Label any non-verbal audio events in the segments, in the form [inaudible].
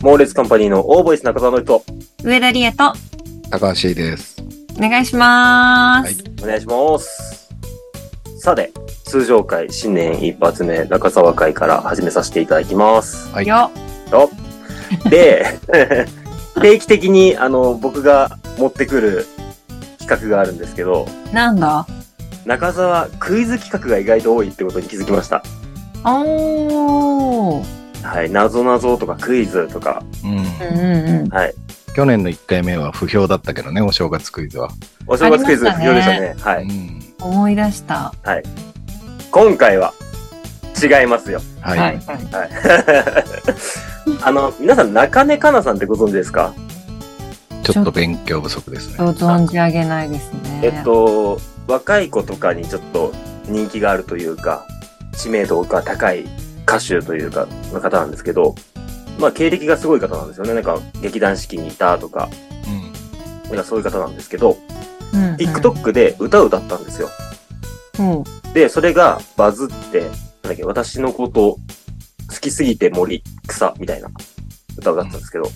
猛烈カンパニーのオーボイス中澤の人、上田理恵と、高橋です。お願いします。はいお願いします。さて、通常回新年一発目中沢会から始めさせていただきます。はい。よ、よで、 [laughs] 定期的にあの僕が持ってくる企画があるんですけど、なんだ中澤クイズ企画が意外と多いってことに気づきました。おー。はい、謎謎とかクイズとか、うん。うんうんうん。はい、去年の1回目は不評だったけどね、お正月クイズは。お正月クイズ不要でしたあね。はうい、ん。思い出した。今回は違いますよ。 [laughs] はい。はい。はい。あの、皆さん、中根かなさんってご存知ですかちょっと勉強不足ですちょね。っと存じ上げないですね。えっと、若い子とかにちょっと人気があるというか、知名度が高い歌手というか、の方なんですけど、まあ、経歴がすごい方なんですよね。なんか、劇団四季にいたとか、うん。なんかそういう方なんですけど、うんうん、 TikTok で歌を歌ったんですよ。うん。で、それがバズって、なんだっけ、私のこと、好きすぎて森、草、みたいな歌を歌ったんですけど、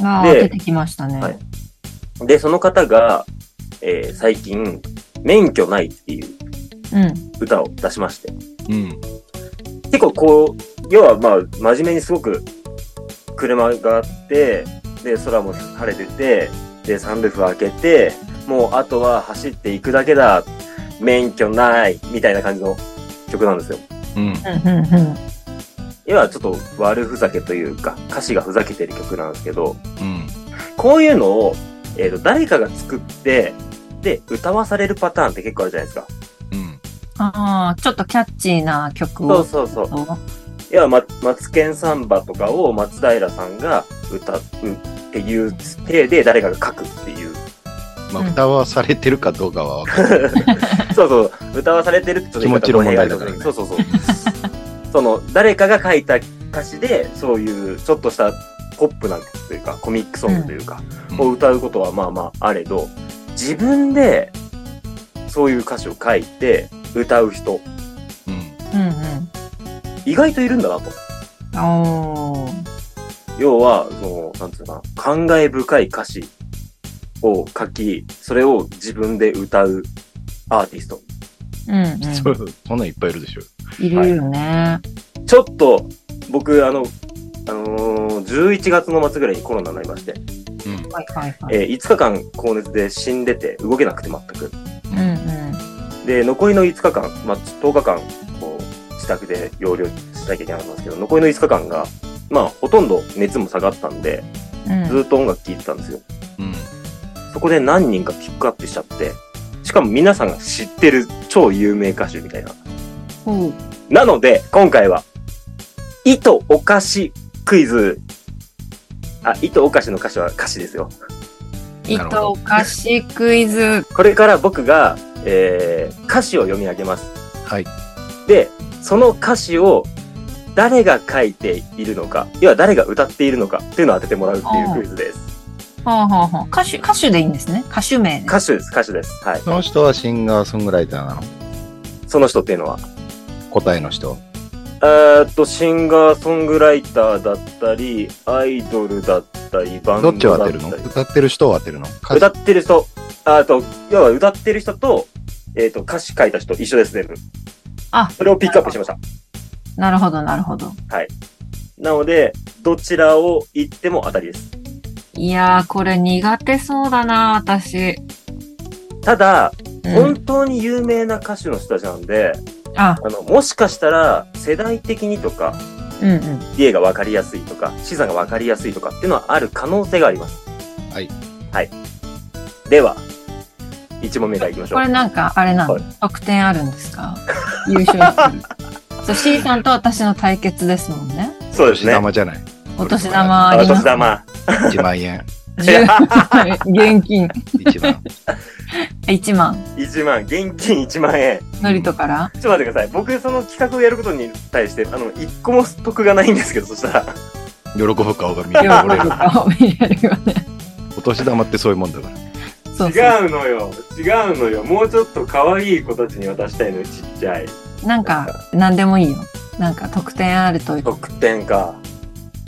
がで出てきましたね。はいで、その方が、えー最近、免許ないっていううん。歌を出しまして、うん。結構こう、要はまあ、真面目にすごく、車があって、で、空も晴れてて、で、サンルーフ開けて、もうあとは走っていくだけだ、免許ない、みたいな感じの曲なんですよ。ううん。んうんうん。要はちょっと悪ふざけというか、歌詞がふざけてる曲なんですけど、うん。こういうのを、えっ、と、誰かが作って、で、歌わされるパターンって結構あるじゃないですか。うん。ああ、ちょっとキャッチーな曲そを。うそうそう。そう。要は、ま、マツケンサンバとかを松平さんが歌うっていう体で誰かが書くって [laughs] いう。まうんあ、歌はされてるかどうかは分かる。そうそう、歌わされてるってちょっと言い方気持ちの問題だからね語弊があるんですけどそうそうそう。 [laughs] その、誰かが書いた歌詞で、そういうちょっとしたポップなんというか、コミックソングというか、 [laughs] を歌うことはまあまああれど、自分でそういう歌詞を書いて歌う人、うん。うん意外といるんだなと。うん。おー。要は、その、なんつうのかな、感慨深い歌詞を書き、それを自分で歌うアーティスト。うん、そううそんなんいっぱいいるでしょ。ん。いるよね。ちょっと、僕、あの、あのー11月の末ぐらいにコロナになりまして、うん。はいはいはい。えー5日間高熱で死んでて、動けなくて全く。うんうん。で、残りの5日間、まあ、10日間、こう、自宅で療療しなきゃいけなかったんですけど、残りの5日間が、まあ、ほとんど熱も下がったんで、うんずっと音楽聴いてたんですよ。うん。そこで何人かピックアップしちゃって、しかも皆さんが知ってる超有名歌手みたいな。ほう。なので、今回は、いとおかしクイズ。あ、いとおかしの歌詞は歌詞ですよ。いとおかしクイズ。これから僕が、えー、歌詞を読み上げます。はい。で、その歌詞を誰が書いているのか、要は誰が歌っているのかっていうのを当ててもらうっていうクイズです。はあはあはあ。歌手、歌手でいいんですね。歌手名で。歌手です、歌手です。はいそ。の人はシンガーソングライターなのその人っていうのは。答えの人。えーっと、シンガーソングライターだったり、アイドルだったり、バンどドっちをだ当ってたるり。の歌ってる人を当てるの歌歌ってる人、あと、要は歌ってる人と、えーっと、歌詞書いた人一緒です、全部。あそれをピックアップしました。なるほど、なるほど。なので、どちらを言っても当たりです。いやー、これ苦手そうだな、私。ただ、う本ん。当に有名な歌手の人たちなんで、あ、あの、もしかしたら、世代的にとか、うんうん。家が分かりやすいとか、資産が分かりやすいとかっていうのはある可能性があります。はい。はい。では、1問目からいきましょこうれ。なんか、あれなの、はい得点あるんですか優勝する。 [laughs] そう、C さんと私の対決ですもんね。そうおです年ね。玉じゃない。お年玉ありおま年す。玉。 1万円。 10現金一番。 1万。 1万、現金1万円。のりとから。ちょっと待ってください。僕、その企画をやることに対して、あの、一個も得がないんですけど、そしたら。喜ぶ顔が見喜 [laughs] えぶれる。顔見れるよね。お年玉ってそういうもんだから。そうそう違うのよ。違うのよ。もうちょっと可愛い子たちに渡したいのよ、ちっちゃい。なんか、なんでもいいよ。なんか、得点あると、得点か。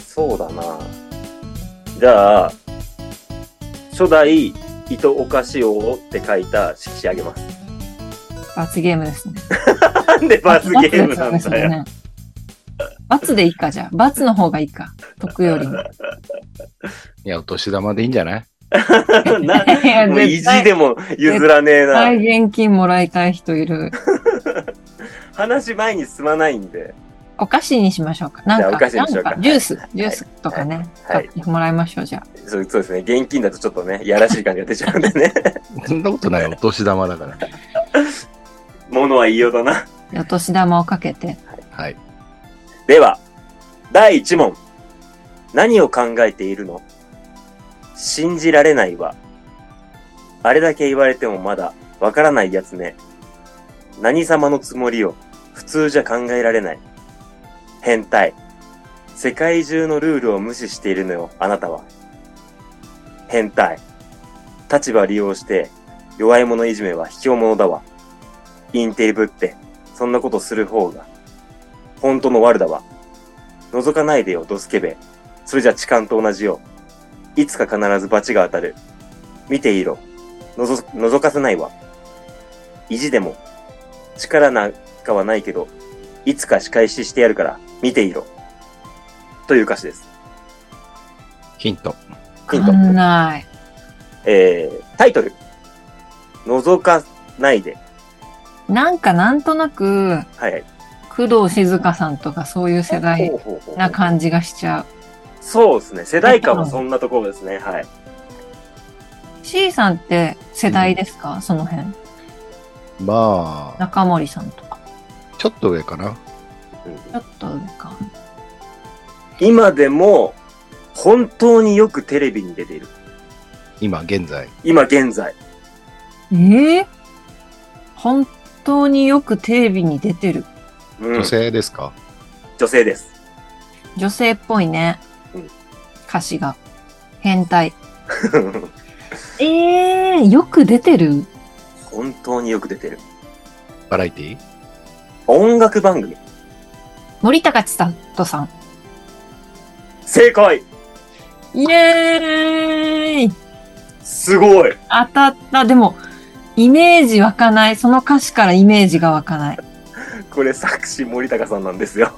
そうだな。じゃあ、初代糸お菓子王って書いた色紙あげます。 [laughs] 罰ゲームですね。なんで罰ゲームなんだ [laughs] よ。よ。罰でいいか、じゃあ。罰の方がいいか。得よりも。いや、お年玉でいいんじゃない [laughs] な、い [laughs] やもう意絶対地でも譲らねえはい、な。現金もらいたい人 [laughs] いる。話前に進まないんで。お菓子にしましょうか。なんじゃか、あお菓子なにしよんうかか、ジュース、ジュースとかね、はい買ってもらいましょう、じゃそうそうですね。現金だとちょっとね、やらしい感じが出ちゃうんでね。 [laughs] そんなことないよお年玉だから。物は言いようだな。あ。お年玉をかけて。はい。では、第1問。何を考えているの信じられないわ。あれだけ言われてもまだわからないやつね。何様のつもりを普通じゃ考えられない。変態。世界中のルールを無視しているのよ、あなたは。変態。立場利用して弱い者いじめは卑怯者だわ。インテリぶって、そんなことする方が本当の悪だわ。覗かないでよ、ドスケベ。それじゃ痴漢と同じよ。いつか必ず罰が当たる。見ていろ。のぞ、覗かせないわ。意地でも。力なんかはないけど、いつか仕返ししてやるから、見ていろ。という歌詞です。ヒント。ヒンわトか。んない。えー、タイトル。覗かないで。なんか、なんとなく、はいはい。工藤静香さんとかそういう世代ほうほうほうな感じがしちゃう。そうですね。世代間はそんなところですね。はい。 C さんって世代ですか、その辺。まあ、中森さんとか。ちょっと上かな。うんちょっと上か。今でも本当によくテレビに出ている。今、現在。今現在。えー、本当によくテレビに出てる。うん女性ですか、女性です。 [laughs] 女性っぽいねうん。歌詞が。変態。えー、よく出てる本当によく出てる。バラエティ音楽番組。森高千里さん。正解イエーイすごい当たった。でも、イメージ湧かない。その歌詞からイメージが湧かない。これ作詞森高さんなんですよ。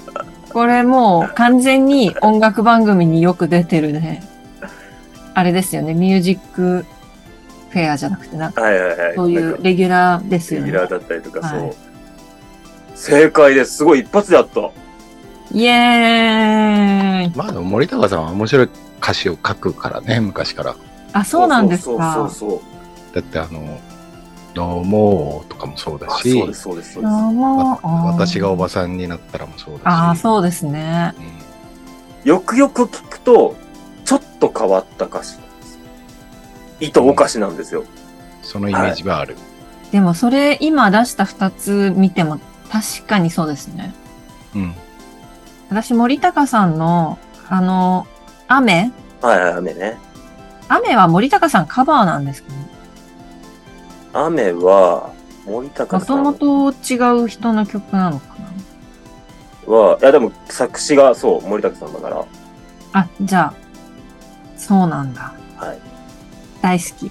[laughs] これもう完全に音楽番組によく出てるね。あれですよね。ミュージックフェアじゃなくて、なんかはいはいはい。そういなんうかレギュラーですレよギねュ。ラーだったりとか、はいそう。正解です。すごい一発であった。イエーイまあでも森高さんは面白い歌詞を書くからね、昔から。あ、そうなんですそうか。そうそうそう。だってあの、どうもーとかもそうだあしそうです、そうです、そうです。もわ私がおばささんになったらもそうだし。ああ、そうですね。うん。よくよく聞くと、ちょっと変わった歌詞なんですよ。糸お菓子なんですよ。そのイメージはある。でもそれ今出した2つ見ても確かにそうですね。うん。私森高さんのあの、雨はいはい、雨ね。雨は森高さんカバーなんですけど、雨は、森高もさとんもは、と違う人の曲なのかないやでも作詞がそう、森高さんだから。あ、じゃあ、そうなんだ。はい。大好き。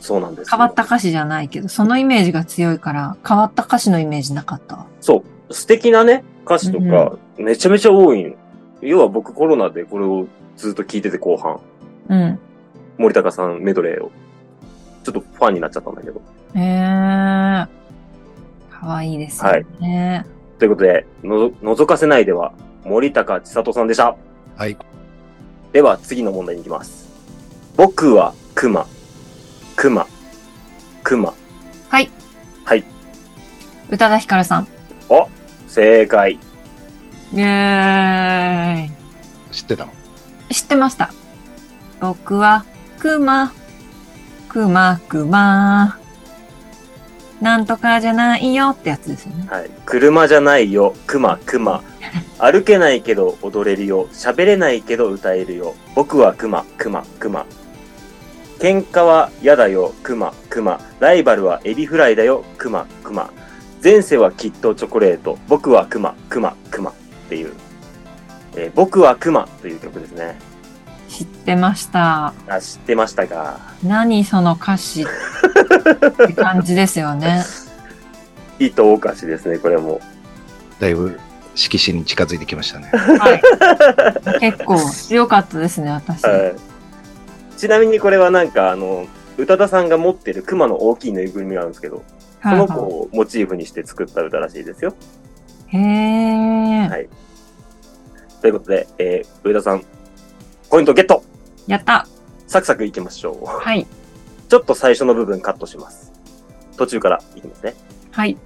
そうなんですよ。変わった歌詞じゃないけど、そのイメージが強いから、変わった歌詞のイメージなかったわ。そう。素敵なね、歌詞とか、めちゃめちゃ多いん。要は僕コロナでこれをずっと聞いてて後半、うん。森高さんメドレーを。ちょっとファンになっちゃったんだけど。へえー。かわいいですよね。ということで、のぞ、覗かせないでは、森高千里さんでした。はい。では次の問題に行きます。僕は熊。熊。熊。はい。はい。宇多田ヒカルさん。正解。イェー知ってたのイ。知ってました。僕は、クマ。クマ、クマ。なんとかじゃないよってやつですよね。はい。車じゃないよ。熊、熊。歩けないけど踊れるよ。喋れないけど歌えるよ。僕は熊、熊、熊。喧嘩は嫌だよ。熊、熊。ライバルはエビフライだよ。熊、熊。前世はきっとチョコレート。僕は熊、熊、熊。っていう。えー僕は熊という曲ですね。知ってました。あ、知ってましたか。何その歌詞って感じですよね。いとおかしですね、これも。だいぶ色紙に近づいてきましたね。はい。結構強かったですね、私。はい。ちなみにこれはなんか、あの、宇多田さんが持ってる熊の大きいぬいぐるみがあるんですけど、その子をモチーフにして作った歌らしいですよ。へえ、はいということで、えー、上田さん、ポイントゲットやった。サクサクいきましょう。はい。ちょっと最初の部分カットします。途中からいきますね。はい。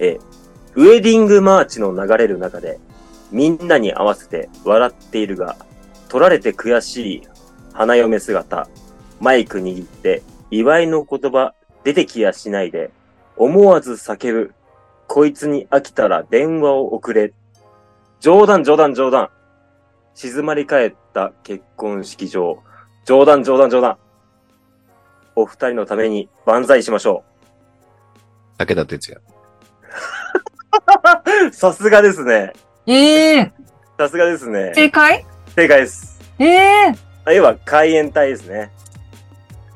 えーウェディングマーチの流れる中で、みんなに合わせて笑っているが、取られて悔しい花嫁姿、マイク握って祝いの言葉出てきやしないで、思わず叫ぶ、こいつに飽きたら電話を送れ。冗談冗談冗談。静まり返った結婚式場。冗談冗談冗談。お二人のために万歳しましょ武田鉄矢。う。さすがですね。ええさすがですね。正解正解です。ええあ要は海援隊ですね。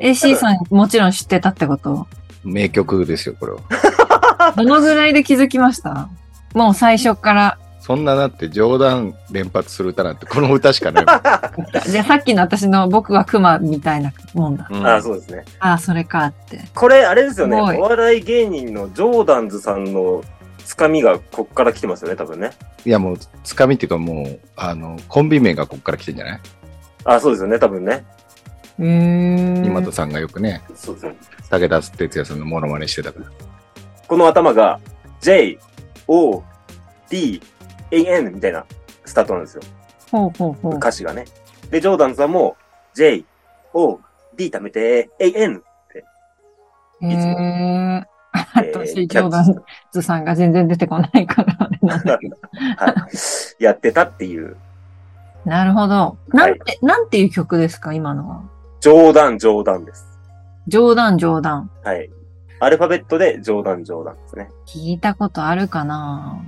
AC さんもちろん知ってたってこと名曲ですよ、これは。どのぐらいで気づきましたもう最初から。そんなだって冗談連発する歌なんて、この歌しかないもん。じゃあさっきの私の僕は熊みたいなもんだ。う [laughs] んああ、そうですね。ああ、それかって。これ、あれですよね。すごいお笑い芸人のジョーダンズさんのつかみがこっから来てますよね、多分ね。いや、もう、つかみっていうかもう、あの、コンビ名がこっから来てんじゃないああ、そうですよね、多分ね。へえ今田さんがよくね、そうですね。武田鉄矢さんのモノマネしてたから。この頭が J, O, D, A, N みたいなスタートなんですよ。ほうほうほう。歌詞がね。で、ジョーダンズさんも J, O, D 貯めて A, N へえ。えー私、ジョーダンズさんが全然出てこないからあれなんだけど。はい。やってたっていう。なるほど。なんて、なんていう曲ですか、今のは。冗談冗談です。冗談冗談。はい。アルファベットで冗談冗談ですね。聞いたことあるかな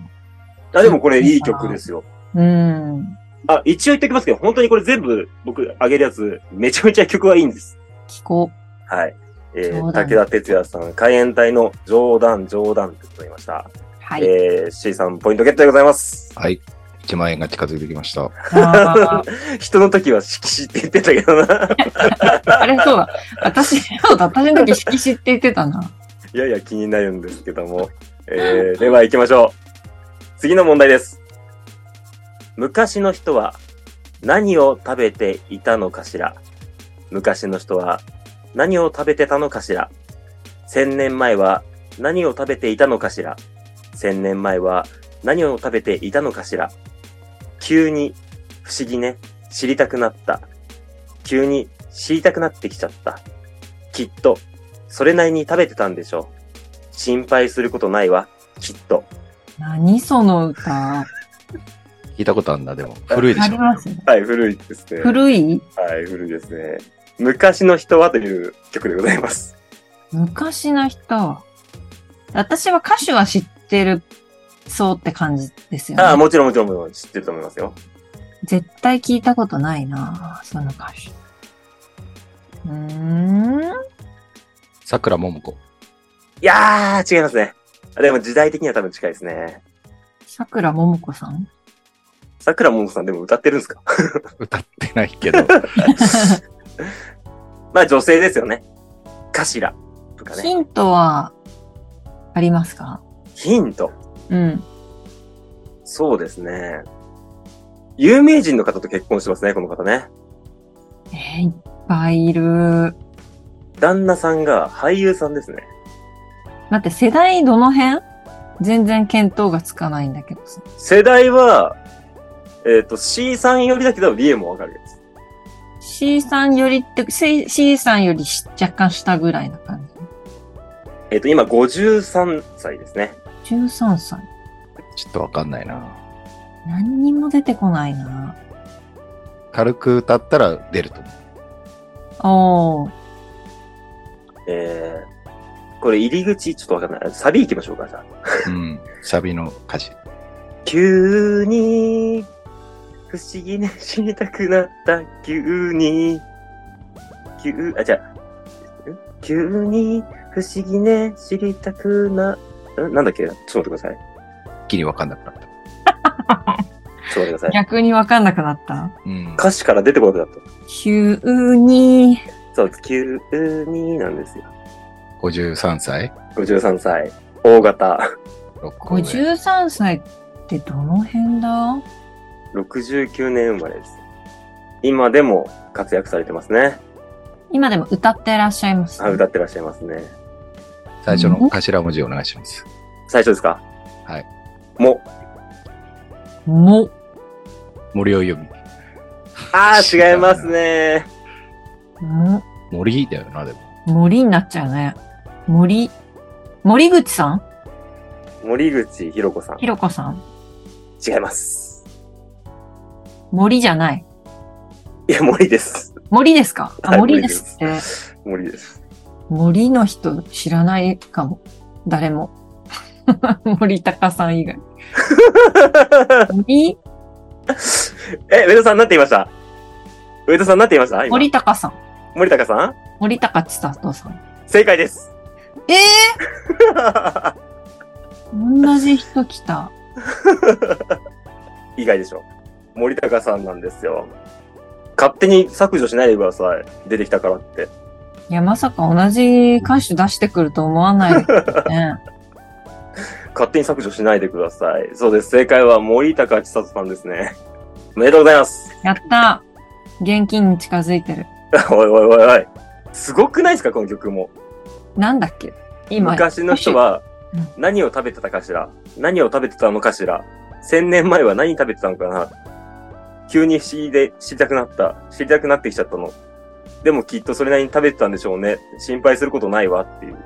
あ、でもこれいい曲ですよ。うん。あ、一応言っておきますけど、本当にこれ全部僕あげるやつ、めちゃめちゃ曲はいいんです。聞こはい。えー、冗談武田哲也さん、海援隊の冗談冗談ってこと言いました。う。はい。えー、C さん、ポイントゲットでございます。はい。1万円が近づいてきました。あー人の時は色紙って言ってたけどな。あれ、そうだ。私、そうだ。私の時、色紙って言ってたな。いやいや気になるんですけども。えー、では行きましょう。次の問題です。昔の人は何を食べていたのかしら昔の人は何を食べてたのかしら千年前は何を食べていたのかしら千年前は何を食べていたのかしら急に不思議ね、知りたくなった。急に知りたくなってきちゃった。きっとそれなりに食べてたんでしょう。心配することないわ、きっと。何その歌。あ聞いたことあるんだ、でも。古いでしりょ。ますはい、古いですね。古いはい、古いですね。昔の人はという曲でございます。昔の人。私は歌手は知ってる、そうって感じですよ [laughs] ね。ああ、もちろんもちろんもちろん知ってると思いますよ。絶対聞いたことないなその歌手。うーん。桜桃子。いやー、違いますね。でも時代的には多分近いですね。桜ももこさん桜ももこさんでも歌ってるんですか歌ってないけど。まあ女性ですよね。かしらとかね。ヒントは、ありますかヒント。うん。そうですね。有名人の方と結婚してますね、この方ね。えーいっぱいいる。旦那さんが俳優さんですね。待って、世代どの辺全然見当がつかないんだけどさ。世代は、えっ、と、C さんよりだけど B もわかるやつ。 C さんよりって、C, C さんより若干下ぐらいな感えっ、と、今53歳ですね。じ。13歳。ちょっとわかんないな。何にも出てこないな軽く歌ったら出ると思おう。ー。えー、これ入り口ちょっとわかんない。サビ行きましょうか、じゃあ。うん。サビの歌詞。急に不思議な死にたくなった、急に。急、あ、じゃあん急に不思議ね、知りたくな、んなんだっけちょっと待ってください。っきりわかんなくなった。ちょっと待ってください。逆にわかんなくなった。うん。歌詞から出てこなくなった。急に。そう、急になんですよ。 53歳53歳。大型。 ?6 個上。 53歳ってどの辺だ69年生まれです。今でも活躍されてますね。今でも歌ってらっしゃいます。あ、歌ってらっしゃいますね。最初の頭文字お願いします。最初ですかはい。も。も。森を読み。あー、違いますね。も。森だよな、でも。森になっちゃうね。森。森口さん森口博子さん。ひろこさん違います。森じゃない。いや、森です。森ですかあ、はい森ですって。森です。森の人知らないかも。誰も。 [laughs] 森高さ [laughs] ん以外。森え、上田さんなんて言いました上田さんなんて言いました今森高さん。森高さん森高千里さん。正解です。 [laughs] えー、同じ人来た。意外でしょ。森高さんなんですよ。勝手に削除しないでください。出てきたからって。いや、まさか同じ歌手出してくると思わないですよね。 [laughs] 勝手に削除しないでください。そうです。正解は森高千里さんですね。 [laughs] おめでとうございます。 [laughs] やった現金に近づいてる。おいおいおいおい。すごくないですかこの曲も。なんだっけ今。昔の人はうん何を食べてたかしら何を食べてたのかしら千年前は何食べてたのかな急に不思議で知りたくなった。知りたくなってきちゃったの。でもきっとそれなりに食べてたんでしょうね。心配することないわっていう。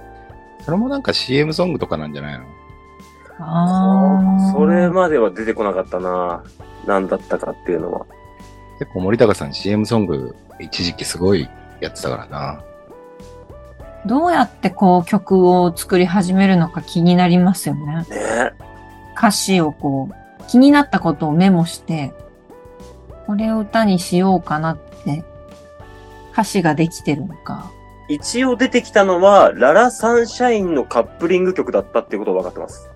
それもなんか CM ソングとかなんじゃないのあーそれまでは出てこなかったな何だったかっていうのは。結構森高さん CM ソング一時期すごいやってたからな。どうやってこう曲を作り始めるのか気になりますよね。ね歌詞をこう、気になったことをメモして、これを歌にしようかなって、歌詞ができてるのか。一応出てきたのは、ララサンシャインのカップリング曲だったっていうことは分かってます。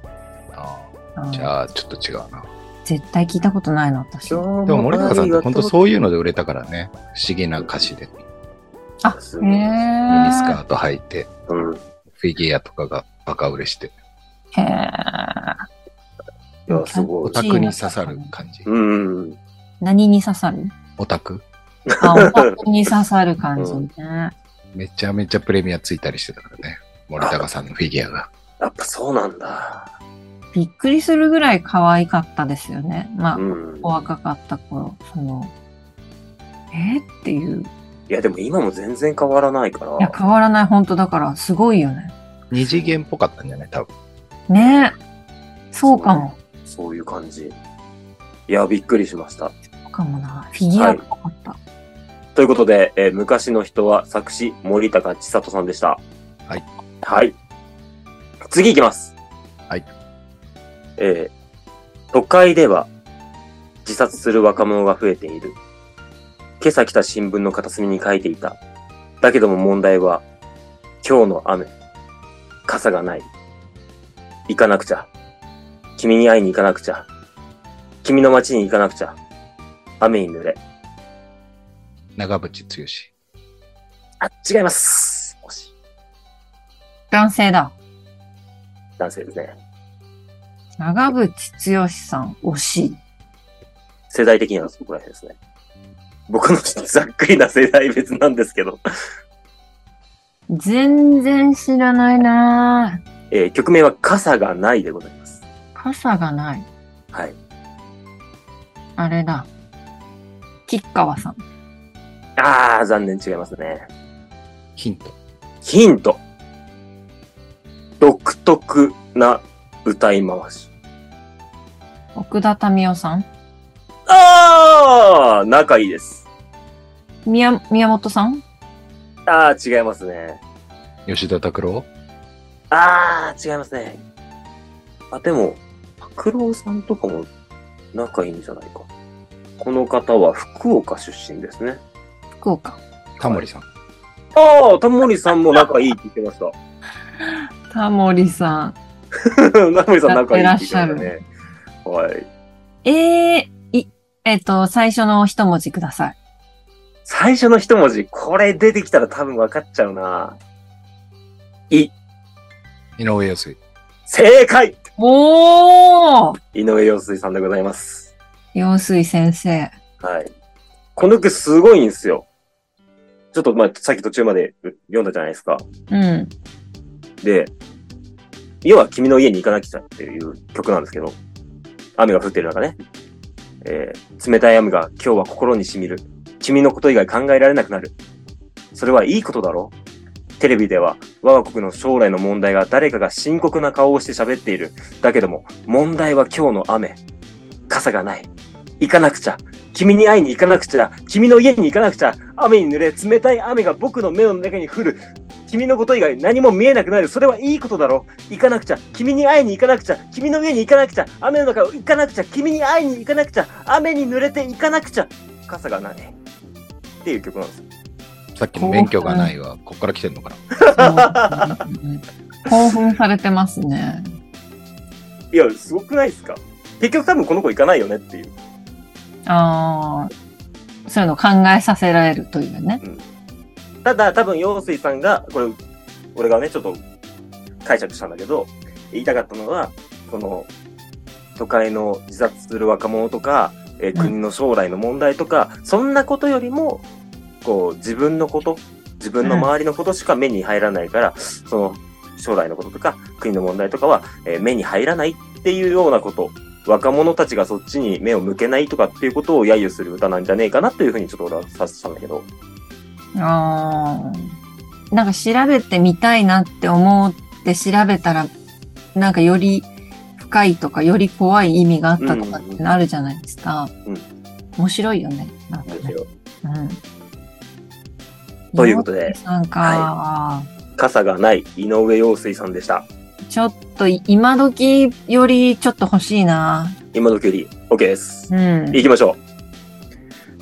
あああじゃあちょっと違うな。絶絶対聞いたことないな、私。へでも森高さんって本当そうう。いうので売れたからね。不思議な歌詞で。ミニすえごいですスカート履いて、うん。フィギュアとかがバカ売れして、へーいや、すごオい。タクに刺さる感じ。うん。何に刺さるオタクあ、オタクに刺さる感じね。めちゃめちゃプレミアついたりしてたからね。森高さんのフィギュアが。やっぱそうなんだ。びっくりするぐらい可愛かったですよね。まあ、うん。お若かった頃、その、えーっていう。いや、でも今も全然変わらないかいや、ら。変わらない、本当だから、すごいよね。二次元っぽかったんじゃない多分。ねえ。そうかも。そういう感じ。いや、びっくりしました。そうかもな。フィギュアっぽかった。ということで、えー昔の人は作詞、森高千里さんでした。はい。はい。次行きます。はい。えー都会では自殺する若者が増えている。今朝来た新聞の片隅に書いていた。だけども問題は、今日の雨。傘がない。行かなくちゃ。君に会いに行かなくちゃ。君の街に行かなくちゃ。雨に濡れ。長渕剛。あ、違います。惜しい男性だ。男性ですね。長渕剛さん、惜しい。世代的にはそこら辺ですね。僕のざっくりな世代別なんですけど、全然知らないなぁえー曲名は傘がないでございます。傘がない。はい。あれだ。吉川さん。あー、残念違いますね。ヒント。ヒント。独特な歌い回し。奥田民生さん。あー、仲いいです。宮、宮本さんあー、違いますね。吉田拓郎あー、違いますね。あ、でも、拓郎さんとかも仲いいんじゃないか。この方は福岡出身ですね。福岡。タモリさん。ああ、タモリさんも仲いいって言ってました。タモリさん。 [laughs] タモリさん仲いいって言ってましたね。はい。ええー、い、えっ、と、最初の一文字ください。最初の一文字、これ出てきたら多分分かっちゃうな。い、井上陽水。正解おー井上陽水さんでございます。陽水先生。はい。この句すごいんですよ。ちょっとまあ、さっき途中までう読んだじゃないですか。うん。で、要は君の家に行かなきゃっていう曲なんですけど、雨が降ってる中ね、えー冷たい雨が今日は心に染みる。君のこと以外考えられなくなる。それはいいことだろうテレビでは我が国の将来の問題が誰かが深刻な顔をして喋っている。だけども、問題は今日の雨。傘がない。行かなくちゃ。君に会いに行かなくちゃ。君の家に行かなくちゃ。雨に濡れ、冷たい雨が僕の目の中に降る。君のこと以外何も見えなくなる。それはいいことだろ。行かなくちゃ。君に会いに行かなくちゃ。君の家に行かなくちゃ。雨の中を行かなくちゃ。君に会いに行かなくちゃ。雨に濡れて行かなくちゃ。傘がない。っていう曲なんですよ。さっきの免許がないは、こっから来てんのかな。 [laughs] 興奮されてますね。いや、すごくないですか結局多分この子行かないよねっていう。ああ、そういうのを考えさせられるというね。ただ、多分、陽水さんが、これ、俺がね、ちょっと解釈したんだけど、言いたかったのは、その、都会の自殺する若者とか、えーうん国の将来の問題とか、そんなことよりも、こう、自分のこと、自分の周りのことしか目に入らないから、その、将来のこととか、国の問題とかは、えー目に入らないっていうようなこと、若者たちがそっちに目を向けないとかっていうことを揶揄する歌なんじゃねえかなというふうにちょっと俺は察したんだけど。ああ、なんか調べてみたいなって思って調べたら、なんかより深いとか、より怖い意味があったとかってなるじゃないですか。うんうん面白いよね。なんかですね。ようん。ということで。なんか、傘がない井上陽水さんでした。ちょっと今時よりちょっと欲しいな。今の距離、OK です。うん。行きましょう。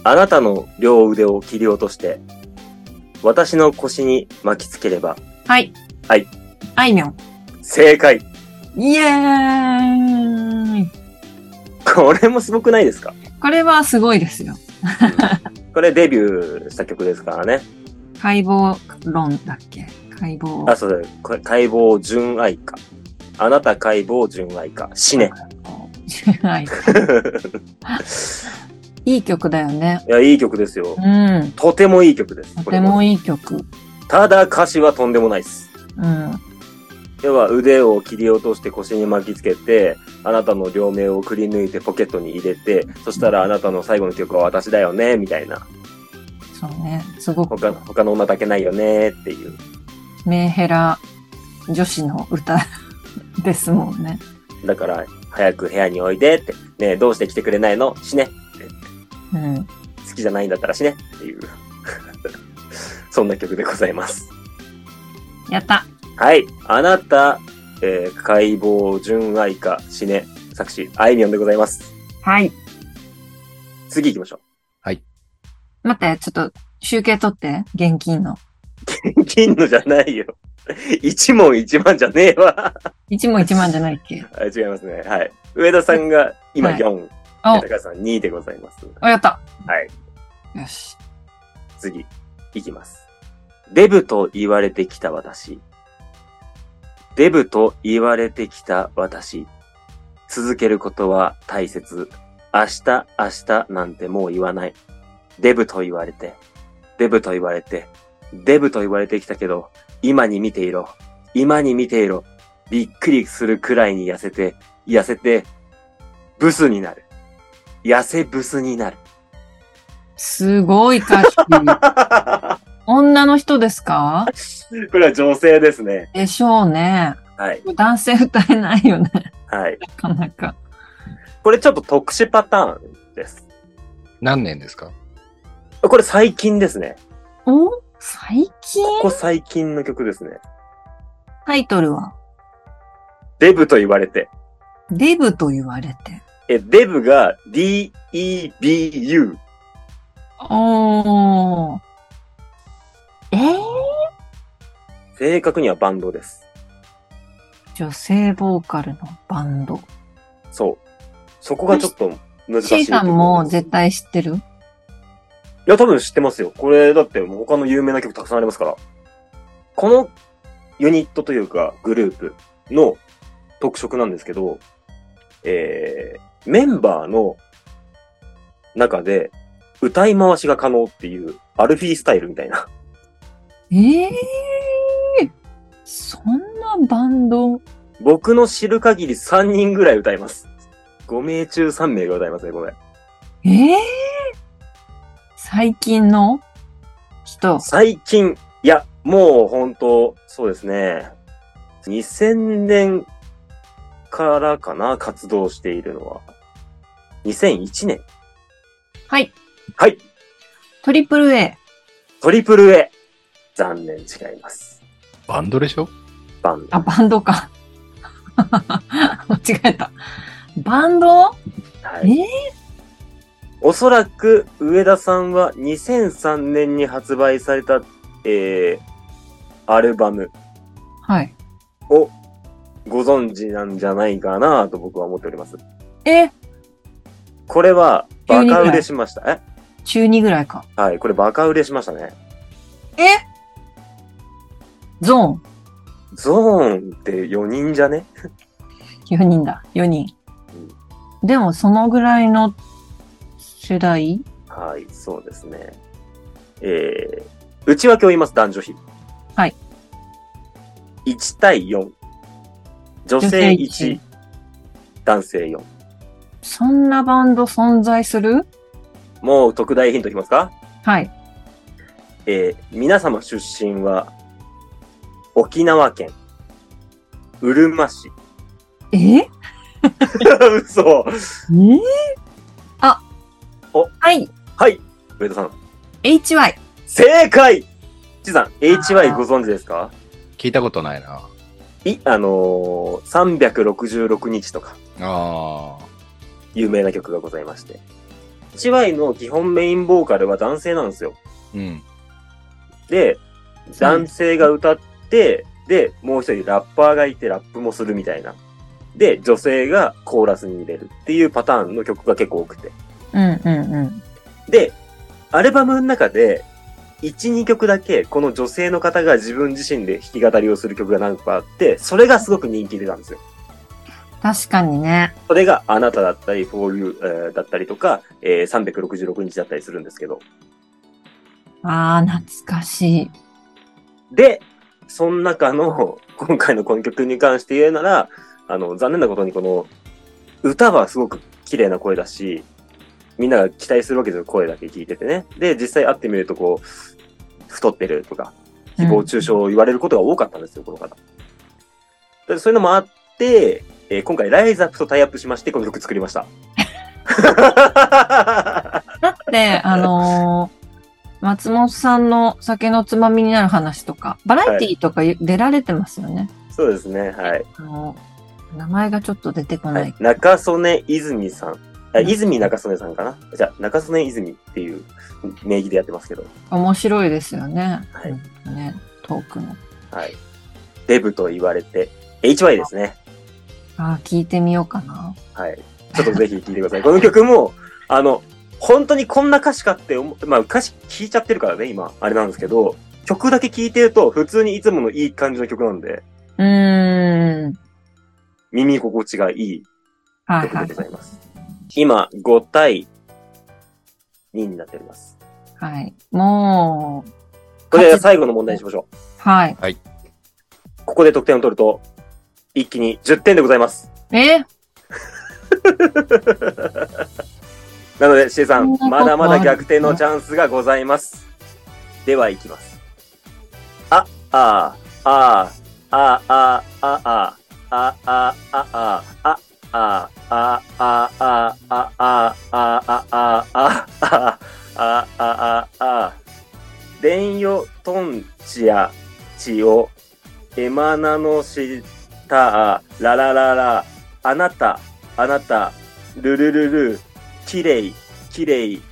あなたの両腕を切り落として、私の腰に巻きつければ、はい。はい。あいみょん。正解。イエーイこれもすごくないですかこれはすごいですよ。これデビューした曲ですからね。解剖論だっけ解剖。あ、そうだ。これ解剖純愛か。あなた解剖純愛か。死ね。 [laughs] [laughs] はい。いい曲だよね。いや、いい曲ですよう。ん。とてもいい曲です。とてもいい。いい曲。ただ歌詞はとんでもないです。うん。要は腕を切り落として腰に巻きつけて、あなたの両目をくり抜いてポケットに入れて、そしたらあなたの最後の曲は私だよね、みたいな。そうね。すごく他の他の女だけないよね、っていう。メンヘラ女子の歌ですもんね。だから、早く部屋においでって。ねえどうして来てくれないの死ね。う好ん。きじゃないんだったら死ね。っていう。 [laughs] そんな曲でございます。やった。はい。あなた、えー、解剖純愛歌死ね。作詞、あいみょんでございます。はい。次行きましょ待って、ちょっと集計取って。現金の。う。 [laughs] 金のじゃないよ。一問一万じゃねえわ。 1問1万じゃないっけあ違いますね。はい。上田さんが今はい4、お高橋さん2でございます。お、やった。はい。よし。次、いきます。デブと言われてきた私。デブと言われてきた私。続けることは大切。明日、明日なんてもう言わない。デブと言われて、デブと言われて、デブと言われてきたけど、今に見ていろ。今に見ていろ。びっくりするくらいに痩せて、痩せて、ブスになる。痩せブスに [laughs] なる。すごい歌詞。 [laughs] 女の人ですかこれは女性ですね。でしょうね。はい。男性歌えないよね。はい。なかなか。これちょっと特殊パターンです。何年ですかこれ最近ですね。お最近ここ最近の曲ですね。タイトルはデブと言われて。デブと言われて。え、デブが DEBU。おー。えー、正確にはバンドです。女性ボーカルのバンド。そう。そこがちょっと難しいと C ころです。さんも絶対知ってるいや、多分知ってますよ。これ、だってもう他の有名な曲たくさんありますから。このユニットというか、グループの特色なんですけど、えー、メンバーの中で歌い回しが可能っていう、アルフィースタイルみたいな。ええー、そんなバンド僕の知る限り3人ぐらい歌います。5名中3名が歌いますね、これ。ええー、最近の人最近、いや、もう本当、そうですね。2000年からかな、活動しているのは。2001年。はい。はい。トリプル A。トリプル A。残念違います。バンドでしょバンド。あ、バンドか。 [laughs] 間違えた。バンドはい。えおそらく、上田さんは2003年に発売された、えー、アルバムはい。をご存知なんじゃないかなと僕は思っております。え、これは、バカ売れしました。え中2ぐらいか。はい、これバカ売れしましたね。ゾゾーンって4人じゃねーン。4人だ。4人。でも、そのぐらいの世代はい、そうですね。えー、内訳を言います、男女比。はい。 1対4。女性1、男性4。そんなバンド存在するもう特大ヒントいきますかはい。えー、皆様出身は、沖縄県、うるま市。 [laughs] ええ嘘あ。おはい。はい、上田さん。 HY。正解ちさん、HY ご存知ですか聞いたことないな。い、あのー、366日とか、ああ。有名な曲がございまして。HY の基本メインボーカルは男性なんですよ。うん。で、す男性が歌って、で、もう一人ラッパーがいてラップもするみたいな。で、女性がコーラスに入れるっていうパターンの曲が結構多くて。うんうんうん。で、アルバムの中で、1、2曲だけ、この女性の方が自分自身で弾き語りをする曲が何個かあって、それがすごく人気出たんですよ。確かにね。それがあなただったり、フォーユーだったりとか、えー366日だったりするんですけど。ああ、懐かしい。で、その中の、 [laughs] 今回のこの曲に関して言うなら、あの、残念なことにこの、歌はすごく綺麗な声だし、みんなが期待するわけですよ、声だけ聞いててね。で、実際会ってみるとこう、太ってるとか、誹謗中傷を言われることが多かったんですよ、この方。でそういうのもあって、えー今回ライズアップとタイアップしまして、この曲作りました。 [laughs] だって、あのー松本さんの酒のつまみになる話とか、バラエティーとかゆ出られてますよね。そうですね、はい。あの名前がちょっと出てこはないい。、中曽根泉さん。あうん泉中曽根さんかなじゃあ、中曽根泉っていう名義でやってますけど。面白いですよね。はいうんね、トークの。はい。デブと言われて、HY ですね。ああ、聞いてみようかな。はい。ちょっとぜひ聴いてく [laughs] ださい。この曲も、あの、本当にこんな歌詞かって思、まあ歌詞聴いちゃってるからね、今、あれなんですけど、曲だけ聴いてると、普通にいつものいい感じの曲なんで、うーん。耳心地がいいはいは曲いでございます。今、5対2になっております。はい。もう、これ最後の問題にしましょう。はい。ここで得点を取ると、一気に10点でございます。えなので、シエさん、そんなまことだまだ逆転あるののチャンスがございます。では、いきます。あ、あ、あ、あ、あ、あ、あ、あ、あ、あ、あ、あ、あ、あ、あ、あ、あ、あ、あ、あ、あ、あ、あ、あ、あ、あ、あ、でんよとんちやちを、えまなのした、らららら、あなた、あなた、ルルルル、きれい、きれい、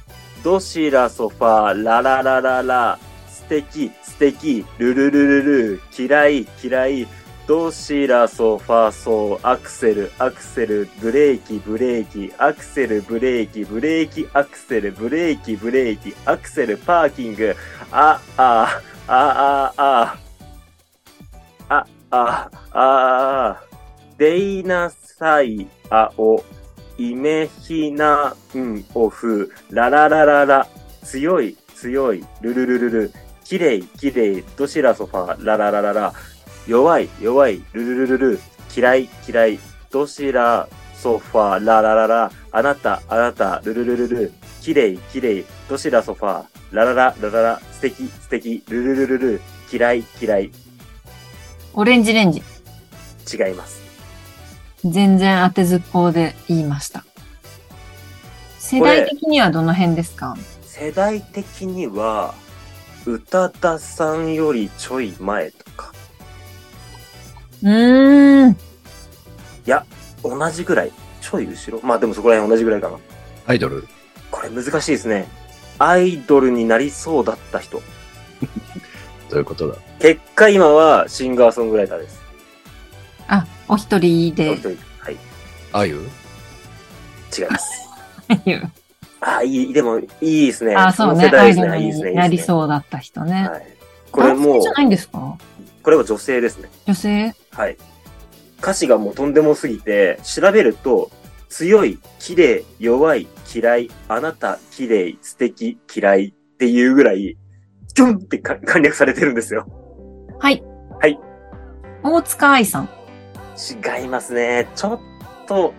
どしらソファー、ラララララ、素敵、素敵、ルルルルル、嫌い、嫌い、どしらソファー、そう、アクセル、アクセル、ブレーキ、ブレーキ、アクセル、ブレーキ、ブレーキ、アクセル、ブレーキ、ブレーキ、アクセル、パーキング、あ、あ、あ、あ、あ、あ、あ、あ、あ、でいなさい、あお、いめひな、ん、おふ、ラララララ、強い、強い、ルルルルル、きれい、きれい、どしらソファー、ラララララ、弱い、弱い、ルルルルル、嫌い、嫌い、どしら、ソファー、ララララ、あなた、あなた、ルルルルル、きれい、きれい、どしらソファー、ララララララ、素敵、素敵、ルルルルル、嫌い、嫌い、オレンジレンジ。違います。全然当てずっぽうで言いました。世代的にはどの辺ですか世代的には、宇多田さんよりちょい前とか、うーん。同じぐらい、ちょい後ろまあでもそこら辺同じぐらいかな。アイドルこれ難しいですね。アイドルになりそうだった人。どういうことだ結果今はシンガーソングライターです。あ、お一人おで一。人はい。あゆ違います。あ、いい、でも、いいですね。 [laughs] あ、そうね。この世ア代でイすドね。ルいいですね。になりう。そうだった人ね。はい。これも男性うじゃ、ないんですかこれは女性ですね。女性はい。歌詞がもうとんでもすぎて、調べると、強い、綺麗、弱い、嫌い、あなた、綺麗、素敵、嫌いっていうぐらい、キュンってか簡略されてるんですよ。はい。はい。大塚愛さん。違いますね。ちょっと、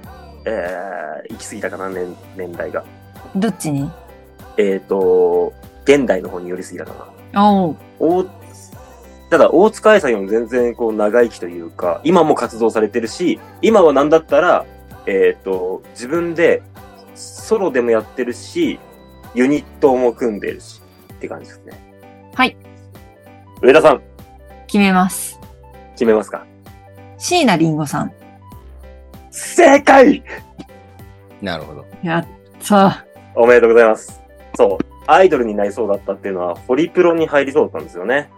えー、行き過ぎたかな、年年代が。どっちにえっ、ー、と、現代の方に寄り過ぎたかな。おう。大ただ、大塚愛さんよりも全然こう長生きというか、今も活動されてるし、今は何だったら、えっ、と、自分でソロでもやってるし、ユニットも組んでるし、って感じですね。はい。上田さん、決めます。決めますか椎名林檎さん。正解なるほど。やった。おめでとうございます。そう。アイドルになりそうだったっていうのは、ホリプロに入りそうだったんですよね。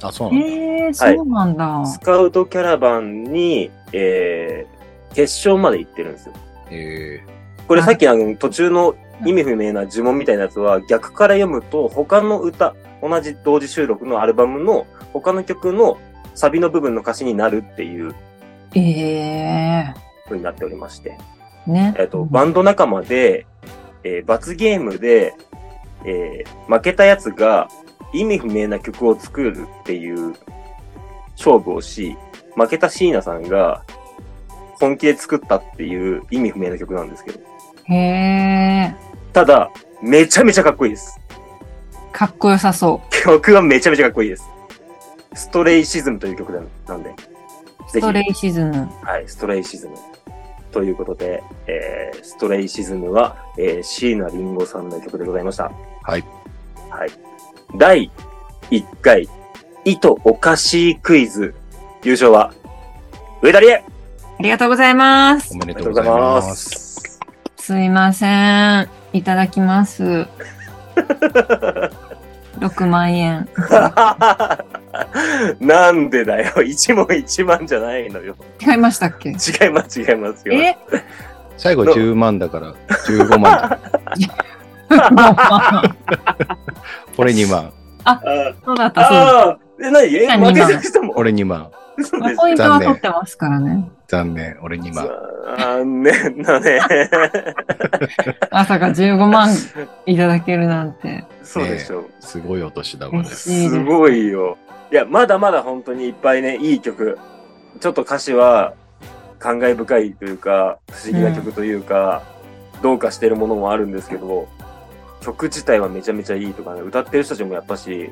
あ、そうなんだ。えー、そうなんだ。スカウトキャラバンに、えー、決勝まで行ってるんですよ。えこれさっきあの途中の意味不明な呪文みたいなやつは逆から読むと他の歌、同じ同時収録のアルバムの他の曲のサビの部分の歌詞になるっていうえ風になっておりまして。ー、ね。えっと、バンド仲間で、えー罰ゲームで、えー負けたやつが意味不明な曲を作るっていう勝負をし、負けた椎名さんが本気で作ったっていう意味不明な曲なんですけど。へただ、めちゃめちゃかっこいいです。ー、かっこよさそ曲はめちゃめちゃかっこいいです。ストレイシズムという曲ななんで。う。ぜスひトレイシズム。はい、ストレイシズム。ということで、えー、ストレイシズムは、えー、椎名林檎さんの曲でございました。はい。はい。第1回、意図おかしいクイズ。優勝は、上田理恵ありがとうございまー、すお。めでとうございます。すいません。いただ [laughs] きます。6万円。 [laughs] なんでだよ。一問一万じゃないのよ。違いましたっけ違います、違いますよ。え [laughs] 最後10万だから15万。 [laughs] 俺2万。あそうだった、そうだっあー、え、なにえ、何負けてる人も。俺2万。嘘た。でしょポイントは残念取ってますからね。残念。俺2万。残念だね。まさか15万いただけるなんて。そうでしょ。すごいお年玉です。えすごいよ。いや、まだまだ本当にいっぱいね、いい曲。ちょっと歌詞は感慨深いというか、不思議な曲というか、どうかしてるものもあるんですけど、曲自体はめちゃめちゃいいとかね、歌ってる人たちもやっぱし、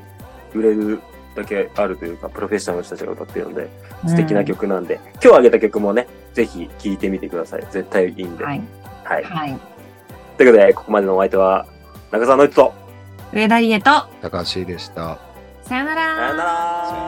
売れるだけあるというか、プロフェッショナルの人たちが歌ってるので、素敵な曲なんで、今日あげた曲もね、ぜひ聴いてみてください。絶対いいんうで。ん。はい。はいはい。ということで、ここまでのお相手は、中澤の人と、上田理恵と、高橋でした。さよなら。さよなら